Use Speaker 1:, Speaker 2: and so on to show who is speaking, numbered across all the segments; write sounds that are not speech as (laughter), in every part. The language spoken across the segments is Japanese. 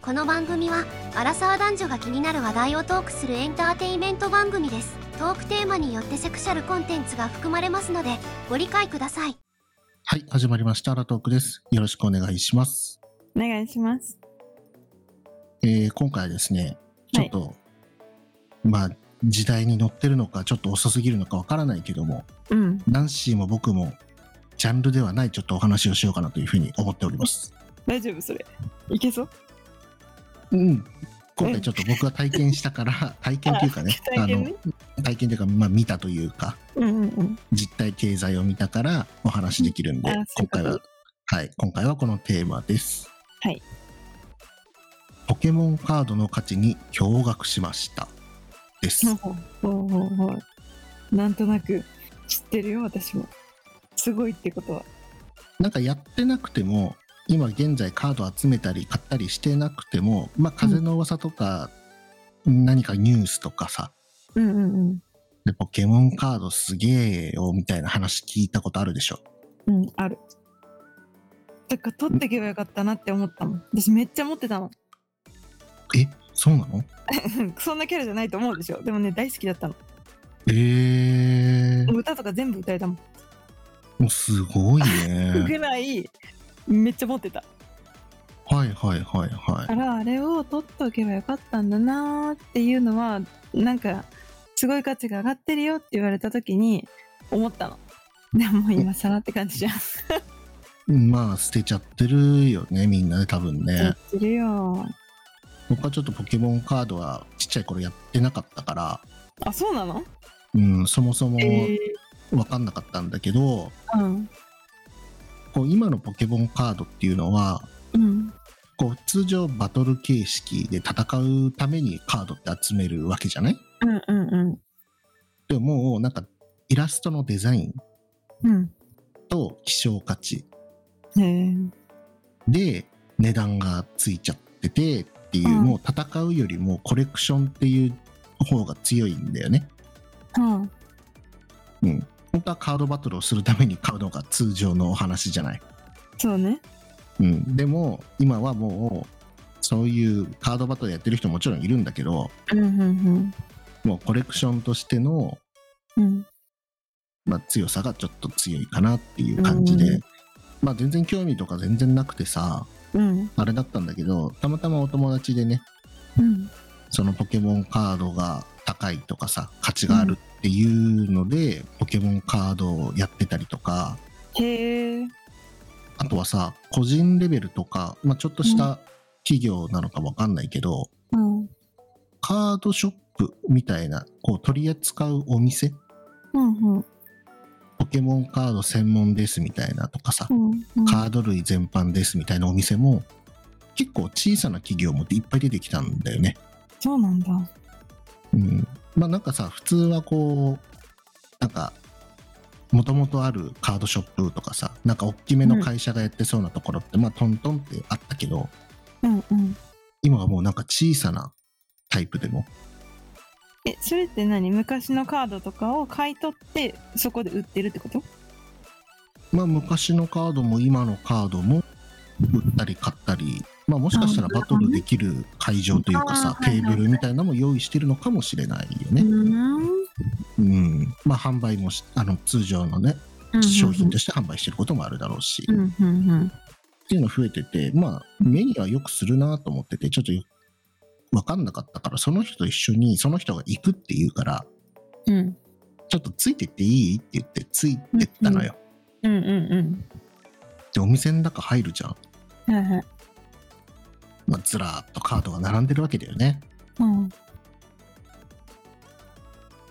Speaker 1: この番組はアラサー男女が気になる話題をトークするエンターテインメント番組ですトークテーマによってセクシャルコンテンツが含まれますのでご理解ください
Speaker 2: はい、始まりました。アラトークです。よろしくお願いします。
Speaker 3: お願いします。
Speaker 2: えー今回はですね、ちょっと、まあ、時代に乗ってるのか、ちょっと遅すぎるのかわからないけども、
Speaker 3: うん。
Speaker 2: ナンシーも僕も、ジャンルではないちょっとお話をしようかなというふうに思っております。
Speaker 3: 大丈夫それ。いけそう
Speaker 2: うん。今回ちょっと僕が体験したから、 (laughs) 体験というかね、
Speaker 3: 体験ね
Speaker 2: の、体験というか、まあ見たというか、
Speaker 3: うんうんうん。
Speaker 2: 実体経済を見たからお話しできるんで
Speaker 3: あそういう、
Speaker 2: 今回
Speaker 3: こ
Speaker 2: は
Speaker 3: と、
Speaker 2: はい、今回はこのテーマです。
Speaker 3: はい。
Speaker 2: ポケモンカードの価値に驚愕しました。です。
Speaker 3: ほうほうほうほう。なんとなく知ってるよ、私も。すごいってことは。
Speaker 2: なんかやってなくても、今現在カード集めたり買ったりしてなくても、まあ風の噂とか、何かニュースとかさ、
Speaker 3: うんうん
Speaker 2: でポケモンカードすげえよみたいな話聞いたことあるでしょ。
Speaker 3: うん。うん、ある。だから取ってけばよかったなって思ったもん。私めっちゃ持ってたもん。 (laughs)
Speaker 2: え、そうなの
Speaker 3: そんなキャラじゃないと思うでしょ。でもね、大好きだったの。
Speaker 2: ええー、
Speaker 3: 歌とか全部歌えたもん。
Speaker 2: もうすごいね。
Speaker 3: (laughs) ぐらい、めっちゃ持ってた。
Speaker 2: はいはいはいはい
Speaker 3: か。らあれを取っておけばよかったんだなーっていうのはなんかすごい価値が上がってるよって言われた時に思ったの (laughs) でももう今更って感じじゃん
Speaker 2: まあ、捨てちゃってるよね、みんなね、多分
Speaker 3: や
Speaker 2: ね
Speaker 3: っ。てるよ
Speaker 2: 僕はちょっとポケモンカードはちっちゃい頃やってなかったから、
Speaker 3: あそうなの
Speaker 2: うん、そもそも
Speaker 3: え
Speaker 2: わかんなかったんだけど、
Speaker 3: ーうん
Speaker 2: こう今のポケモンカードっていうのは、
Speaker 3: うん
Speaker 2: こう通常バトル形式で戦うためにカードって集めるわけじゃない
Speaker 3: うんうん
Speaker 2: でももうなんかイラストのデザイン
Speaker 3: うん
Speaker 2: と希少価値
Speaker 3: うんへー
Speaker 2: で値段がついちゃっててっていう、
Speaker 3: うん
Speaker 2: もう戦うよりもコレクションっていう方が強いんだよね。
Speaker 3: うん
Speaker 2: うん。本当はカードバトルをするために買うのが通常のお話じゃない。
Speaker 3: そうね
Speaker 2: うん。でも、今はもう、そういうカードバトルやってる人ももちろんいるんだけど、
Speaker 3: うんうん
Speaker 2: もうコレクションとしての、
Speaker 3: うんうん
Speaker 2: まあ、強さがちょっと強いかなっていう感じで、
Speaker 3: うん
Speaker 2: まあ全然興味とか全然なくてさ、
Speaker 3: うん
Speaker 2: あれだったんだけど、たまたまお友達でね、
Speaker 3: うん
Speaker 2: そのポケモンカードが高いとかさ、価値があるっていうので、ポケモンカードをやってたりとか、
Speaker 3: へえ
Speaker 2: あとはさ、個人レベルとか、まあ、ちょっとした企業なのかわかんないけど、
Speaker 3: うん
Speaker 2: カードショップみたいな、こう取り扱うお店、
Speaker 3: うんうん
Speaker 2: ポケモンカード専門ですみたいなとかさ
Speaker 3: う、んうん
Speaker 2: カード類全般ですみたいなお店も、結構小さな企業もいっぱい出てきたんだよね。
Speaker 3: そうなんだ
Speaker 2: うん。まあなんかさ、普通はこう、なんか、もともとあるカードショップとかさ、なんか大きめの会社がやってそうなところって、まあトントンってあったけど、
Speaker 3: うんうん
Speaker 2: 今はもうなんか小さなタイプでも。
Speaker 3: えそれって何昔のカードとかを買い取ってそこで売ってるってこと
Speaker 2: まあ昔のカードも今のカードも売ったり買ったり、まあもしかしたらバトルできる会場というかさ、
Speaker 3: あー
Speaker 2: テ
Speaker 3: はいはい
Speaker 2: ーブルみたいなのも用意してるのかもしれないよね。
Speaker 3: ん
Speaker 2: うん。まあ販売もし、あの通常のね、商品として販売してることもあるだろうし、
Speaker 3: う
Speaker 2: っ
Speaker 3: んうんうん
Speaker 2: ていうの増えてて、まあ目にはよくするなと思ってて、ちょっとよわかんなかったから、その人と一緒にその人が行くって言うから、
Speaker 3: うん
Speaker 2: ちょっとついてっていいって言ってついてったのよ。
Speaker 3: うんうん
Speaker 2: で、お店の中入るじゃん。
Speaker 3: うんはいはい
Speaker 2: まあ、ずらーっとカードが並んでるわけだよね。
Speaker 3: うん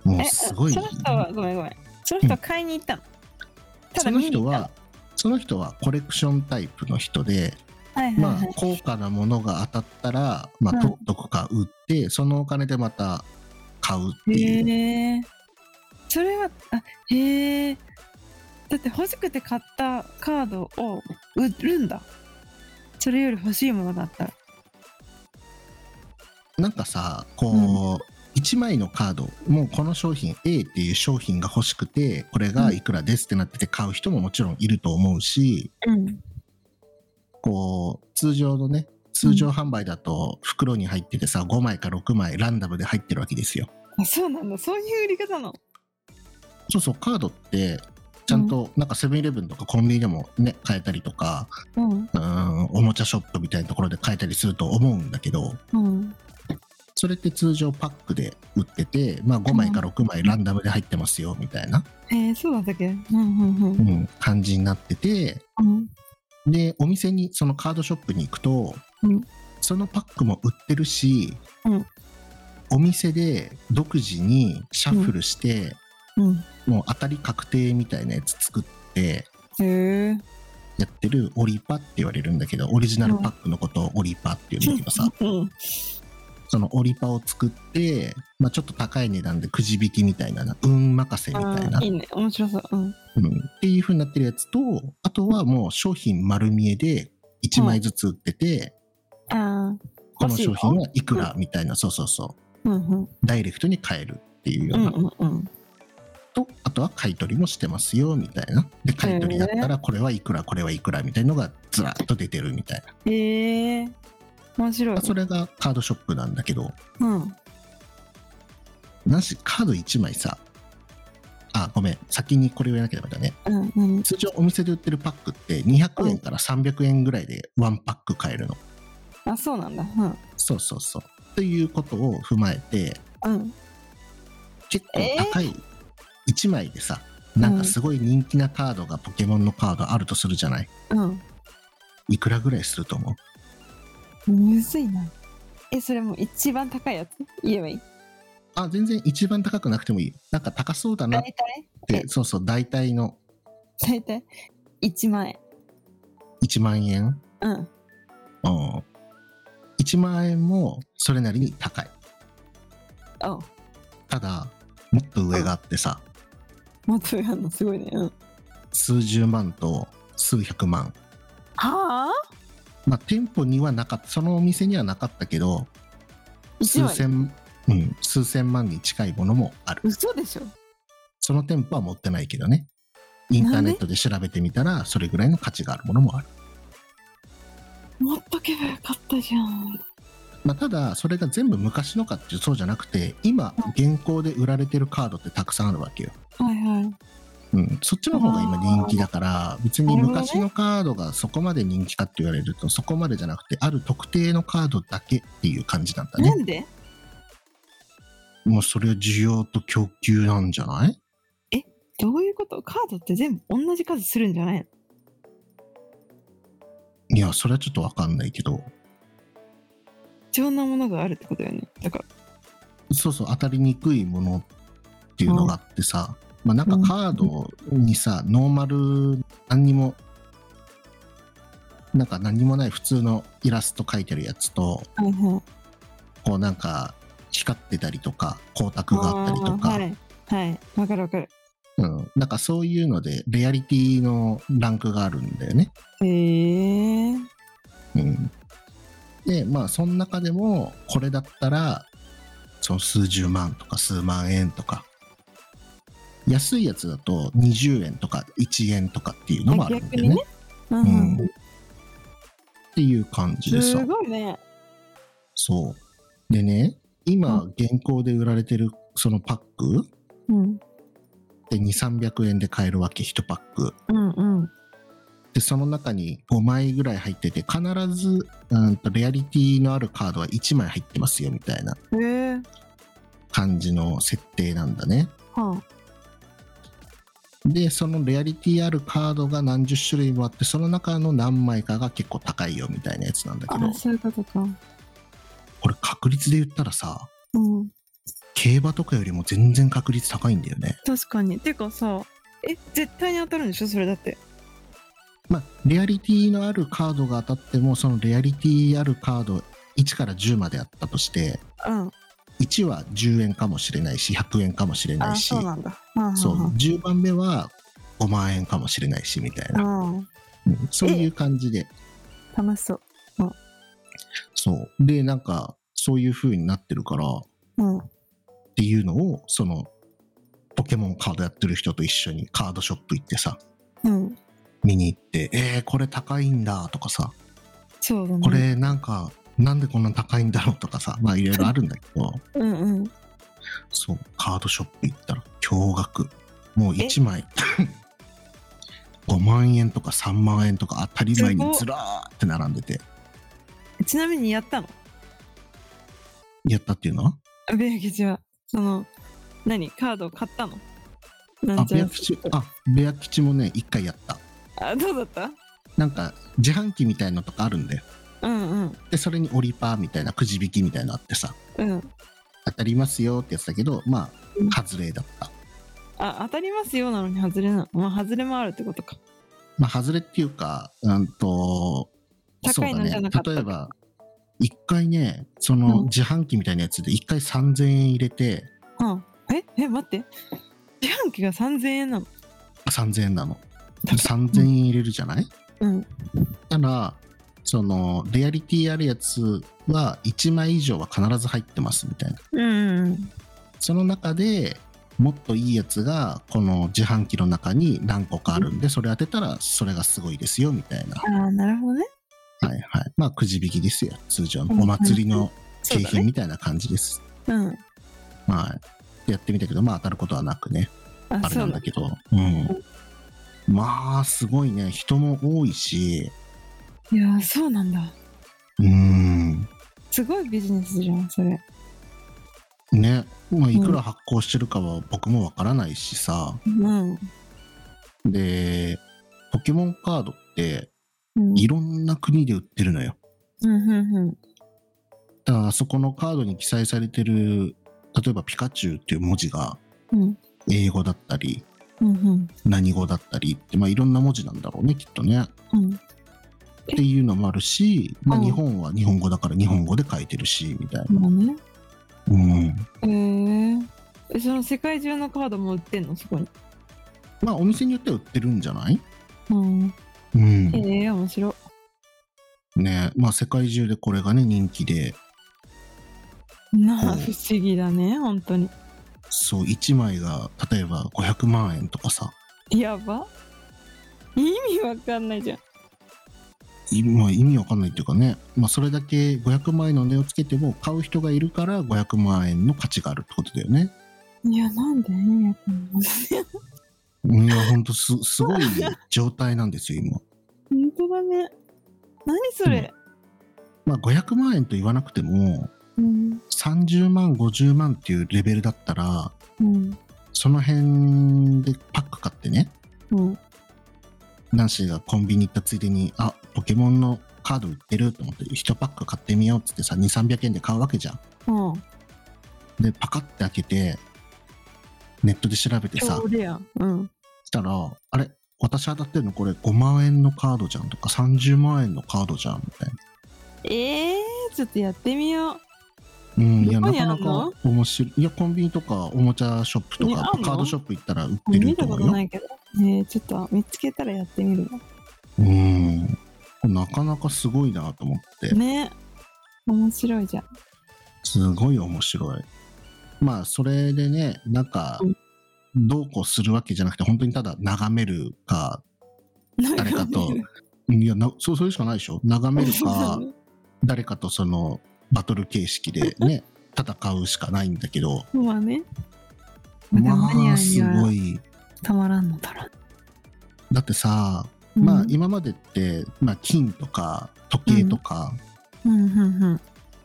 Speaker 2: もう
Speaker 3: え
Speaker 2: すごい。
Speaker 3: その人はごめんごめんその人は買いに行ったの、た
Speaker 2: そ
Speaker 3: だ
Speaker 2: の
Speaker 3: 見に
Speaker 2: 人
Speaker 3: 行った
Speaker 2: は、その人はコレクションタイプの人で、
Speaker 3: はいはい
Speaker 2: ま
Speaker 3: は
Speaker 2: あ
Speaker 3: い、
Speaker 2: 高価なものが当たったら、まあ、
Speaker 3: うん
Speaker 2: 取っとくか売って、そのお金でまた買うっていう。
Speaker 3: へえそれはあへえだって欲しくて買ったカードを売るんだそれより欲しいものだったら
Speaker 2: なんかさ、こう、1枚のカード、もうこの商品 A っていう商品が欲しくて、これがいくらですってなってて買う人ももちろんいると思うし、
Speaker 3: うん
Speaker 2: こう、通常のね、通常販売だと袋に入っててさ5枚か6枚ランダムで入ってるわけですよ
Speaker 3: あそうなんだそういう売り方なの
Speaker 2: そうそうカードってちゃんとなんかセブンイレブンとかコンビニでもね買えたりとか
Speaker 3: うん
Speaker 2: うーんおもちゃショップみたいなところで買えたりすると思うんだけど
Speaker 3: うん
Speaker 2: それって通常パックで売ってて、まあ、5枚か6枚ランダムで入ってますよみたいな、
Speaker 3: えー、そうだったっけうんうんう
Speaker 2: うんん、感じになってて
Speaker 3: うん
Speaker 2: でお店にそのカードショップに行くと、
Speaker 3: うん
Speaker 2: そのパックも売ってるし、
Speaker 3: うん
Speaker 2: お店で独自にシャッフルして、
Speaker 3: うん
Speaker 2: もう当たり確定みたいなやつ作って
Speaker 3: へえ
Speaker 2: やってるオリパって言われるんだけどオリジナルパックのことをオリパって言うんだけどさ、
Speaker 3: うん
Speaker 2: そのオリパを作って、まあ、ちょっと高い値段でくじ引きみたいなな運任せみたいな
Speaker 3: あーいいね面白そううん
Speaker 2: うん、っていう風になってるやつとあとはもう商品丸見えで1枚ずつ売ってて、
Speaker 3: あ
Speaker 2: この商品はいくらみたいな、そうそうそう
Speaker 3: ーうんうん
Speaker 2: ダイレクトに買えるっていうよ
Speaker 3: う
Speaker 2: うんな、
Speaker 3: うんうん
Speaker 2: とあとは買い取りもしてますよみたいなで買い取りだったらこれはいくらこれはいくらみたいなのがずらっと出てるみたいな、
Speaker 3: へえー、面白い
Speaker 2: まあそれがカードショップなんだけど
Speaker 3: うん
Speaker 2: なしカード1枚さあごめん先にこれをやらなければだね
Speaker 3: うんうん
Speaker 2: 通常お店で売ってるパックって200円から300円ぐらいでワンパック買えるの
Speaker 3: あそうなんだうん
Speaker 2: そうそうそう。ということを踏まえて、
Speaker 3: うん
Speaker 2: 結構高い1枚でさ、なんかすごい人気なカードがポケモンのカードあるとするじゃない。
Speaker 3: うん
Speaker 2: いくらぐらいすると思う
Speaker 3: むずいなえそれもう一番高いやつ言えばいい
Speaker 2: あ、全然一番高くなくてもいいよ。なんか高そうだなっ
Speaker 3: 大体
Speaker 2: て、そうそう、大体の
Speaker 3: 大体1万円
Speaker 2: 1万円。
Speaker 3: うん
Speaker 2: うん。1万円もそれなりに高い。
Speaker 3: おう
Speaker 2: ただ、もっと上があってさ、
Speaker 3: もっとやんのすごいねうんは
Speaker 2: 数十万と数百万。
Speaker 3: あ
Speaker 2: まあ、店舗にはなかった、そのお店にはなかったけど、
Speaker 3: 一
Speaker 2: 数
Speaker 3: 枚
Speaker 2: 千、うん、数千万に近いものもある。
Speaker 3: 嘘でしょ
Speaker 2: その店舗は持ってないけどね。インターネットで調べてみたら、それぐらいの価値があるものもある。
Speaker 3: 持っとけばよかったじゃん
Speaker 2: まあ、ただ、それが全部昔のかっていうそうじゃなくて、今、現行で売られてるカードってたくさんあるわけよ。
Speaker 3: はいはい
Speaker 2: うん、そっちの方が今人気だから、別に
Speaker 3: なるほどね
Speaker 2: 昔のカードがそこまで人気かって言われると、そこまでじゃなくて、ある特定のカードだけっていう感じなんだ
Speaker 3: な
Speaker 2: ね。
Speaker 3: んで
Speaker 2: もうそれは需要と供給なんじゃない
Speaker 3: どういうことカードって全部同じ数するんじゃないの
Speaker 2: いや、それはちょっとわかんないけど。
Speaker 3: 貴重なものがあるってことだよねだから
Speaker 2: そうそう当たりにくいものっていうのがあってさ、まあ、なんかカードにさ、ノーマル何にもなんか何にもない普通のイラスト描いてるやつと
Speaker 3: はいはい
Speaker 2: こうなんか光ってたりとか光沢があったりとか、
Speaker 3: あーはいはいわかるわかる
Speaker 2: うん、なんかそういうのでレアリティのランクがあるんだよね。
Speaker 3: へえー、
Speaker 2: うん、でまあその中でもこれだったらその数十万とか数万円とか安いやつだと20円とか1円とかっていうのもあるんだよね。
Speaker 3: うん
Speaker 2: うん、っていう感じでさ
Speaker 3: すごいね
Speaker 2: そうでね今現行で売られてるそのパック
Speaker 3: うん
Speaker 2: で2300円で買えるわけ1パック
Speaker 3: うんうん
Speaker 2: でその中に5枚ぐらい入ってて必ずうんとレアリティのあるカードは1枚入ってますよみたいな
Speaker 3: へえー、
Speaker 2: 感じの設定なんだね。
Speaker 3: は
Speaker 2: で、そのレアリティあるカードが何十種類もあって、その中の何枚かが結構高いよみたいなやつなんだ
Speaker 3: あ
Speaker 2: け
Speaker 3: あ
Speaker 2: ど、
Speaker 3: そういうことか
Speaker 2: これ確率で言ったらさ、
Speaker 3: うん
Speaker 2: 競馬とかよりも全然確率高いんだよね。
Speaker 3: 確かにてかさえ絶対に当たるんでしょそれだって
Speaker 2: まあ、レアリティのあるカードが当たっても、そのレアリティあるカード1から10まであったとして、
Speaker 3: うん
Speaker 2: 1は10円かもしれないし、100円かもしれな
Speaker 3: あ
Speaker 2: いし、
Speaker 3: そうなんだうん
Speaker 2: そう、10番目は5万円かもしれないし、みたいな、
Speaker 3: んう
Speaker 2: う
Speaker 3: ん
Speaker 2: んそういう感じで
Speaker 3: 楽しそう
Speaker 2: そう。で、なんか、そういう風になってるからっ
Speaker 3: うん
Speaker 2: ていうのを、その、ポケモンカードやってる人と一緒にカードショップ行ってさ、
Speaker 3: うん
Speaker 2: 見に行って、えー、これ高いんだとかさ、
Speaker 3: そうだね
Speaker 2: これなんかなんでこんな高いんだろうとかさまあいろいろあるんだけど (laughs)
Speaker 3: うんうん
Speaker 2: そうカードショップ行ったら驚愕もう1枚 (laughs) 5万円とか3万円とか当たり前にずらーって並んでて
Speaker 3: ちなみにやったの
Speaker 2: やったっていうのは
Speaker 3: ベア吉はその何カードを買ったのな
Speaker 2: あ
Speaker 3: んちゃ
Speaker 2: ベ
Speaker 3: ら
Speaker 2: ア吉あベア吉もね1回やった
Speaker 3: あどうだった
Speaker 2: なんか自販機みたいのとかあるんだよ
Speaker 3: うんうん
Speaker 2: でそれにオリパーみたいなくじ引きみたいのあってさ
Speaker 3: うん
Speaker 2: 当たりますよってやつだけどま
Speaker 3: うん
Speaker 2: あ外れだった
Speaker 3: あ当たりますよなのに外れなのまあ外れもあるってことか
Speaker 2: まあ外れっていうかうんとそ
Speaker 3: 高いう
Speaker 2: だ
Speaker 3: のじゃ
Speaker 2: ね
Speaker 3: なかった
Speaker 2: 例えば1回ねそうの
Speaker 3: ん
Speaker 2: 自販機みたいなやつで1回3000円入れて
Speaker 3: うんええ待って自販機が3000円なの
Speaker 2: 3000円な
Speaker 3: (laughs)
Speaker 2: の
Speaker 3: 高い
Speaker 2: 3000円入れるじゃない
Speaker 3: うん
Speaker 2: ただそのレアリティあるやつは1枚以上は必ず入ってますみたいな
Speaker 3: うんうん
Speaker 2: その中でもっといいやつがこの自販機の中に何個かあるんでそれ当てたらそれがすごいですよみたいな
Speaker 3: ああなるほどね
Speaker 2: はいはいまあくじ引きですよ通常
Speaker 3: うん
Speaker 2: のお祭りの
Speaker 3: そ
Speaker 2: 景
Speaker 3: うだ
Speaker 2: 品
Speaker 3: ね
Speaker 2: みたいな感じです、
Speaker 3: うん
Speaker 2: はいやってみたけどまあ当たることはなくね
Speaker 3: あ
Speaker 2: あれ
Speaker 3: そ
Speaker 2: な
Speaker 3: うんだ
Speaker 2: だけどうんまあすごいね人も多いし
Speaker 3: いやーそうなんだ
Speaker 2: うーん
Speaker 3: すごいビジネスじゃんそれ
Speaker 2: ねまあいくら発行してるかは僕もわからないしさ
Speaker 3: うん、
Speaker 2: でポケモンカードって
Speaker 3: うん、
Speaker 2: いろんな国で売ってるのよ
Speaker 3: うんうんうん
Speaker 2: だからそこのカードに記載されてる例えば「ピカチュウ」っていう文字が
Speaker 3: うん
Speaker 2: 英語だったり
Speaker 3: うんうん
Speaker 2: 何語だったりって、まあ、いろんな文字なんだろうねきっとね。
Speaker 3: うん
Speaker 2: っていうのもあるし、まあ、
Speaker 3: うん
Speaker 2: 日本は日本語だから日本語で書いてるしみたいな。
Speaker 3: まあね
Speaker 2: うん
Speaker 3: へーえその世界中のカードも売ってんのそこに
Speaker 2: まあお店によっては売ってるんじゃない
Speaker 3: うん
Speaker 2: うん
Speaker 3: ええ面白
Speaker 2: ねまあ世界中でこれがね人気で
Speaker 3: なあ
Speaker 2: うん
Speaker 3: 不思議だね本当に
Speaker 2: そう1枚が例えば500万円とかさ
Speaker 3: やば意味わかんないじゃん
Speaker 2: いまあ意味わかんないっていうかね、まあ、それだけ500万円の値をつけても買う人がいるから500万円の価値があるってことだよね。
Speaker 3: いやなんで意味わかんない
Speaker 2: いやほんとすすごい状態なんですよ今。
Speaker 3: 本当だね何それ
Speaker 2: まあ、500万円と言わなくても
Speaker 3: うん
Speaker 2: 30万50万っていうレベルだったら
Speaker 3: うん
Speaker 2: その辺でパック買ってね
Speaker 3: うん
Speaker 2: ナンシーがコンビニ行ったついでにあポケモンのカード売ってると思って1パック買ってみようっつってさ2300円で買うわけじゃん。
Speaker 3: うん
Speaker 2: でパカッて開けてネットで調べてさ
Speaker 3: 強でやんうん
Speaker 2: したら、あれ私当たってるのこれ5万円のカードじゃんとか30万円のカードじゃんみたいな。
Speaker 3: ええちょっとやってみよう
Speaker 2: うん、いや、
Speaker 3: ど
Speaker 2: な
Speaker 3: こに
Speaker 2: か
Speaker 3: あ
Speaker 2: なん
Speaker 3: の
Speaker 2: か面白い。いや、コンビニとかおもちゃショップと
Speaker 3: ねあ
Speaker 2: か
Speaker 3: んの
Speaker 2: カードショップ行ったら売ってる
Speaker 3: 見
Speaker 2: と思
Speaker 3: たこ
Speaker 2: う
Speaker 3: と
Speaker 2: よ
Speaker 3: な。いけど、えー、ちょっと見つけたらやってみるわ
Speaker 2: うん。なかなかすごいなと思って、
Speaker 3: ね面白いじゃん
Speaker 2: すごい面白い。まあ、それでね、なんか
Speaker 3: うん、
Speaker 2: どうこうするわけじゃなくて、本当にただ眺めるか、誰か
Speaker 3: (laughs)
Speaker 2: と、いや、なそう、それしかないでしょ眺めるか、誰かとそのバトル形式でね戦うしかないんだけ
Speaker 3: (laughs)
Speaker 2: ど
Speaker 3: まあね
Speaker 2: ま
Speaker 3: マニア
Speaker 2: あ
Speaker 3: に
Speaker 2: すご
Speaker 3: はいたまらんのだろ
Speaker 2: だってさ、
Speaker 3: う
Speaker 2: まあ
Speaker 3: うん
Speaker 2: 今までって、まあ、金とか時計とか、
Speaker 3: うんうん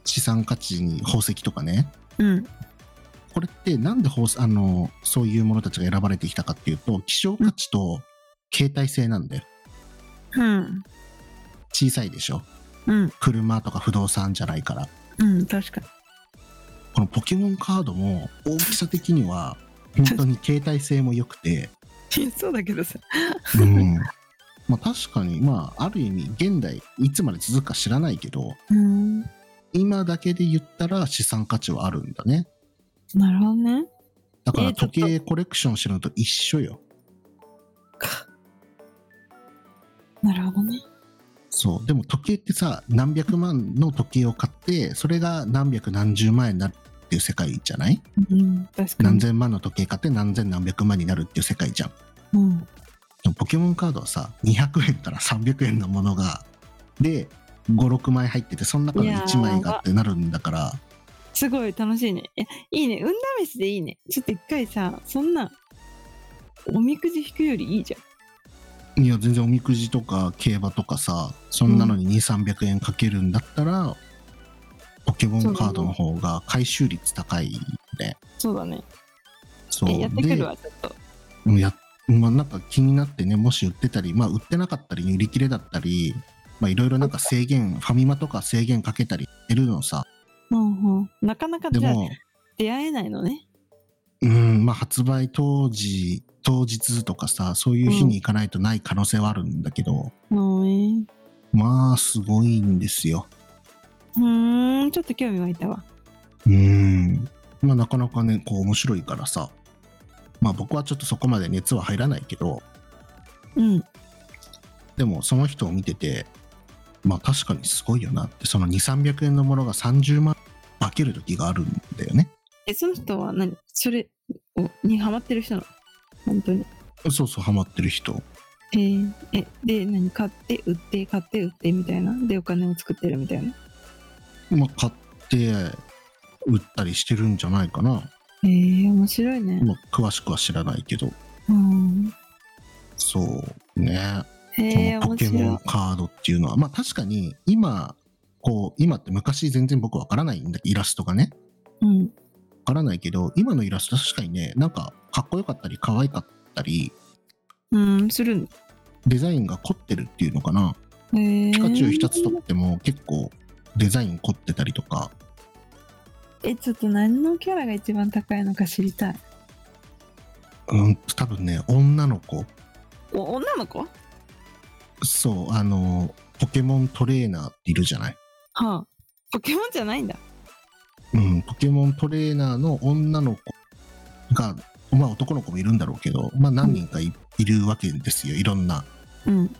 Speaker 2: 資産価値に宝石とかね
Speaker 3: うん
Speaker 2: これってなんで宝石あのそういうものたちが選ばれてきたかっていうと希少価値と携帯性なんだよ
Speaker 3: うん
Speaker 2: 小さいでしょ
Speaker 3: うん
Speaker 2: 車とか不動産じゃないから
Speaker 3: うん確か
Speaker 2: このポケモンカードも大きさ的には本当に携帯性も良くて
Speaker 3: にそうだけどさ
Speaker 2: うん (laughs) まあ確かに、まあ、ある意味、現代、いつまで続くか知らないけど、
Speaker 3: うん
Speaker 2: 今だけで言ったら資産価値はあるんだね。
Speaker 3: なるほどね
Speaker 2: だか
Speaker 3: え
Speaker 2: ら
Speaker 3: ーちょっと
Speaker 2: 時計コレクションしてるのと一緒よ。
Speaker 3: かなるほどね
Speaker 2: そう。でも時計ってさ、何百万の時計を買って、それが何百何十万円になるっていう世界じゃない
Speaker 3: うん確か
Speaker 2: 何
Speaker 3: に
Speaker 2: 千万の時計買って何千何百万になるっていう世界じゃん。
Speaker 3: うん
Speaker 2: でもポケモンカードはさ、200円から300円のものが、で、 56枚入っててその中の1枚がってなるんだから
Speaker 3: すごい楽しいね。いや、いいね。運試しでいいね。ちょっと一回さ、そんな、おみくじ引くよりいいじゃん。
Speaker 2: いや全然おみくじとか競馬とかさそんなのに2300円かけるんだったら、ポケモンカードの方が回収率高いね
Speaker 3: そうだね。
Speaker 2: そう
Speaker 3: えやってくるわ、ちょっと。
Speaker 2: でうんやまあなんか気になってねもし売ってたりまあ売ってなかったり売り切れだったりまあいろいろなんか制限ファミマとか制限かけたりしてるのさ
Speaker 3: うんうん。なかなか
Speaker 2: で
Speaker 3: じゃあ
Speaker 2: も
Speaker 3: 出会えないのね。
Speaker 2: うんまあ発売当時当日とかさそういう日に行かないとない可能性はあるんだけど、
Speaker 3: うん。
Speaker 2: まあすごいんですよ
Speaker 3: うーん、ちょっと興味湧いたわ。
Speaker 2: うんまあなかなかねこう面白いからさまあ僕はちょっとそこまで熱は入らないけど
Speaker 3: うん。
Speaker 2: でもその人を見ててまあ確かにすごいよなってその2300円のものが30万化ける時があるんだよね
Speaker 3: え、その人は何それをにハマってる人なの本当に。
Speaker 2: そうそうハマってる人
Speaker 3: えーえ、で、何買って、売って、買って、売って、みたいな。で、お金を作ってるみたいな。
Speaker 2: まあ買って売ったりしてるんじゃないかな、
Speaker 3: えー、面白いね。
Speaker 2: まあ、詳しくは知らないけど
Speaker 3: うん。
Speaker 2: そうね
Speaker 3: え
Speaker 2: この
Speaker 3: ー、
Speaker 2: ポ
Speaker 3: 面
Speaker 2: ケ
Speaker 3: 白
Speaker 2: モン
Speaker 3: い。
Speaker 2: カードっていうのは、まあ確かに今、こう、今って昔全然僕わからないんだイラストがね。
Speaker 3: うん。
Speaker 2: わからないけど、今のイラスト確かにね、なんかかっこよかったり可愛かったり、
Speaker 3: うん、するん
Speaker 2: デザインが凝ってるっていうのかな。
Speaker 3: えー、
Speaker 2: ピカチュウ一つとっても結構デザイン凝ってたりとか、
Speaker 3: えちょっと何のキャラが一番高いのか知りたい
Speaker 2: うん、多分ね、女の子、
Speaker 3: お女の子は
Speaker 2: そう、あの、ポケモントレーナーっているじゃない。
Speaker 3: あポケモンじゃないんだ
Speaker 2: うん、ポケモントレーナーの女の子が、まあ男の子もいるんだろうけど、まあ何人かい,、いるわけですよ、いろんな。
Speaker 3: うん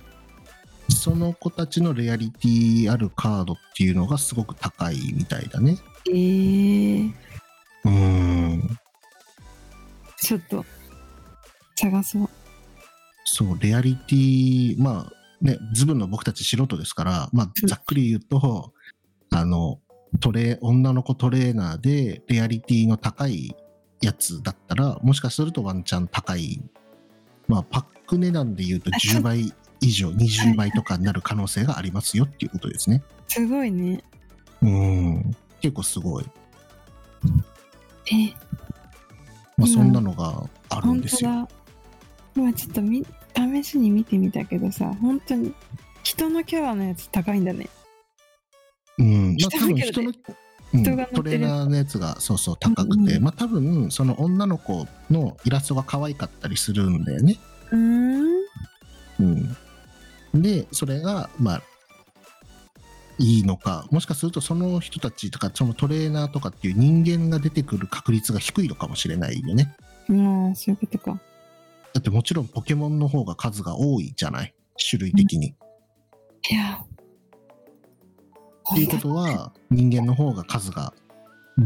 Speaker 2: その子たちのレアリティあるカードっていうのがすごく高いみたいだね。
Speaker 3: えー、
Speaker 2: うーん。
Speaker 3: ちょっと探そう
Speaker 2: そう、レアリティ、まあね、ズブンの僕たち素人ですから、まあざっくり言うと、 (laughs) あの、トレ、女の子トレーナーでレアリティの高いやつだったら、もしかするとワンチャン高い。まあパック値段で言うと10倍以上、20倍とかになる可能性がありますよっていうことですね。
Speaker 3: すごいね
Speaker 2: うーん。結構すごい。
Speaker 3: え
Speaker 2: まあ、
Speaker 3: うん
Speaker 2: そんなのがあるん
Speaker 3: 本
Speaker 2: で
Speaker 3: 当
Speaker 2: すよ。
Speaker 3: だ今ちょっとみ試しに見てみたけどさ本当に人のキャラのやつ高いんだね
Speaker 2: うん、まあ
Speaker 3: 人
Speaker 2: 多分
Speaker 3: だけ
Speaker 2: 人
Speaker 3: ど
Speaker 2: の
Speaker 3: ね、
Speaker 2: うん
Speaker 3: 人が乗って
Speaker 2: ト
Speaker 3: る
Speaker 2: レーナーのやつがそうそう高くて、
Speaker 3: うんうん
Speaker 2: まあ多分その女の子のイラストが可愛かったりするんだよね。
Speaker 3: うーん
Speaker 2: うん、でそれがまあいいのかもしかするとその人たちとかそのトレーナーとかっていう人間が出てくる確率が低いのかもしれないよね。
Speaker 3: まあそういうことか
Speaker 2: だってもちろんポケモンの方が数が多いじゃない種類的に。
Speaker 3: いや
Speaker 2: っていうことは人間の方が数が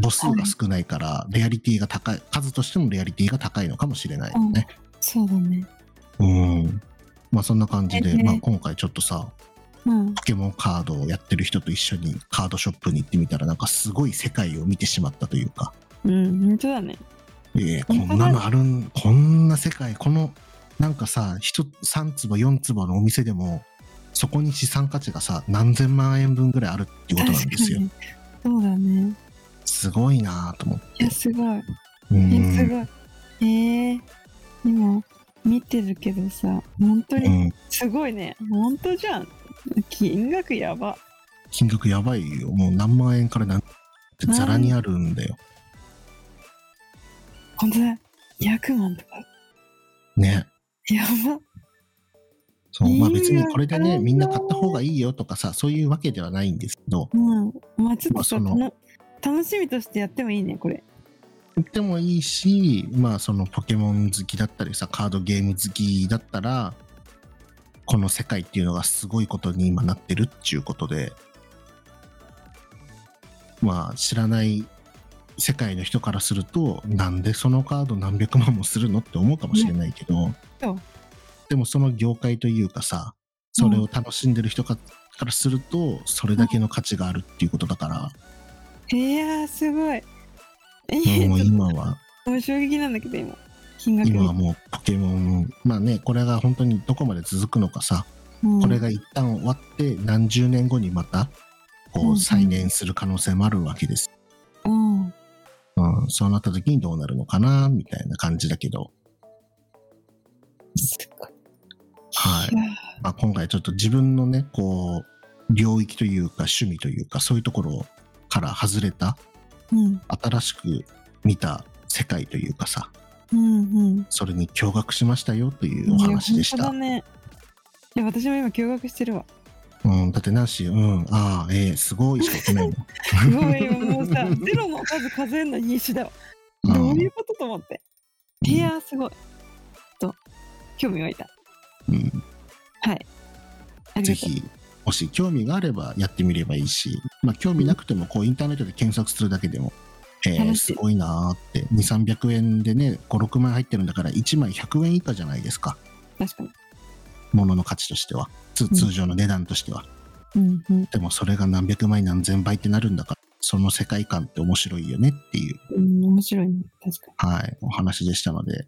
Speaker 2: 母数が少ないからレアリティが高い数としてもレアリティが高いのかもしれないよね。
Speaker 3: そうだね
Speaker 2: うんまあそんな感じで、
Speaker 3: ね
Speaker 2: まあ、今回ちょっとさ
Speaker 3: うん
Speaker 2: ポケモンカードをやってる人と一緒にカードショップに行ってみたらなんかすごい世界を見てしまったというか、
Speaker 3: うん本当だね
Speaker 2: えーこ
Speaker 3: 本当だ
Speaker 2: んなのあるんこんな世界このなんかさ一3坪4坪のお店でもそこに資産価値がさ何千万円分ぐらいあるっていうことなんですよ。
Speaker 3: そうだね
Speaker 2: すごいなと思っ
Speaker 3: い
Speaker 2: て
Speaker 3: や。すごい
Speaker 2: うん
Speaker 3: えすごいえー、今見てるけどさ本当
Speaker 2: う
Speaker 3: に
Speaker 2: ん
Speaker 3: すごいね本当じゃん金額やば
Speaker 2: 金額やばいよもう何万円から何ってざらにあるんだよ、
Speaker 3: 本当だ200万とか
Speaker 2: ね
Speaker 3: やば
Speaker 2: そうまあ別
Speaker 3: い
Speaker 2: に
Speaker 3: や
Speaker 2: これで
Speaker 3: なる
Speaker 2: ね
Speaker 3: ほど
Speaker 2: みんな買った方がいいよとかさそういうわけではないんですけど
Speaker 3: うんまあちょっ
Speaker 2: まあそ
Speaker 3: とさ
Speaker 2: の
Speaker 3: この楽しみとしてやってもいいねこれ
Speaker 2: 売ってもいいしまあそのポケモン好きだったりさカードゲーム好きだったらこの世界っていうのがすごいことに今なってるっちゅうことでまあ知らない世界の人からするとなんでそのカード何百万もするのって思うかもしれないけど、
Speaker 3: そう
Speaker 2: でもその業界というかさそれを楽しんでる人かからするとそれだけの価値があるっていうことだから、
Speaker 3: いやーすご
Speaker 2: も
Speaker 3: い
Speaker 2: う
Speaker 3: え
Speaker 2: もう
Speaker 3: ちょっ
Speaker 2: 今は
Speaker 3: ともう衝撃なんだけど今金額
Speaker 2: 今はもうポケモンまあねこれが本当にどこまで続くのかさ
Speaker 3: うん
Speaker 2: これが一旦終わって何十年後にまた
Speaker 3: うん
Speaker 2: こ
Speaker 3: う
Speaker 2: うん再燃する可能性もあるわけです、
Speaker 3: うん
Speaker 2: うん、そうなった時にどうなるのかなみたいな感じだけど、
Speaker 3: すごい
Speaker 2: はい
Speaker 3: や
Speaker 2: まあ、今回ちょっと自分のねこう領域というか趣味というかそういうところから外れた
Speaker 3: ーうん
Speaker 2: 新しく見た世界というかさ
Speaker 3: うんうん
Speaker 2: それに驚愕しましたよというお話でし
Speaker 3: いや
Speaker 2: た
Speaker 3: 本当、だねいや私も今驚愕して
Speaker 2: (laughs)
Speaker 3: るわ
Speaker 2: うん、だってナンシーうんああええすごいしか言ってないもん
Speaker 3: すごいよもうさゼロの数数えるのに必死だわ (laughs) どういうことと思っていやーすごいと興味湧いた
Speaker 2: うん
Speaker 3: はいあり
Speaker 2: ぜ
Speaker 3: がとう
Speaker 2: ひもし興味があればやってみればいいし、まあ、興味なくてもこうインターネットで検索するだけでも、えー
Speaker 3: 楽しい
Speaker 2: すごいなーって2300円でね56枚入ってるんだから1枚100円以下じゃないですか
Speaker 3: 確かに
Speaker 2: ものの価値としてはつ
Speaker 3: ん
Speaker 2: 通常の値段としては、
Speaker 3: うんうん
Speaker 2: でもそれが何百枚何千倍ってなるんだからその世界観って面白いよねっていう、
Speaker 3: うん面白いね確か
Speaker 2: はい、お話でしたので、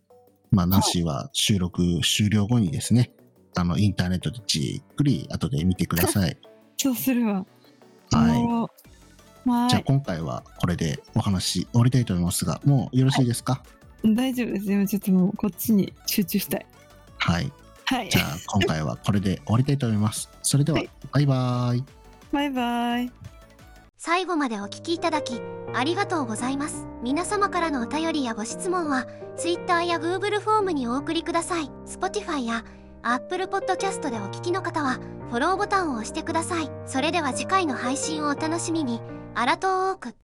Speaker 2: まあ、ナンシーは収録終了後にですねあのインターネットでじっくり後で見てください。
Speaker 3: にそうするわ
Speaker 2: はい
Speaker 3: もうは
Speaker 2: じゃあ
Speaker 3: ー
Speaker 2: 今回はこれでお話終わりたいと思いますが、もうよろしいですか
Speaker 3: い大丈夫です今ちょっともうこっちに集中したい
Speaker 2: はい。
Speaker 3: はい
Speaker 2: じゃあ今回はこれで終わりたいと思います。それでは
Speaker 3: はい、
Speaker 2: バイバーイ。
Speaker 3: バイバイ
Speaker 1: 最後までお聞きいただきありがとうございます皆様からのお便りやご質問は Twitter や Google フォームにお送りください Spotify や Apple Podcast でお聞きの方はフォローボタンを押してくださいそれでは次回の配信をお楽しみにアラトーーク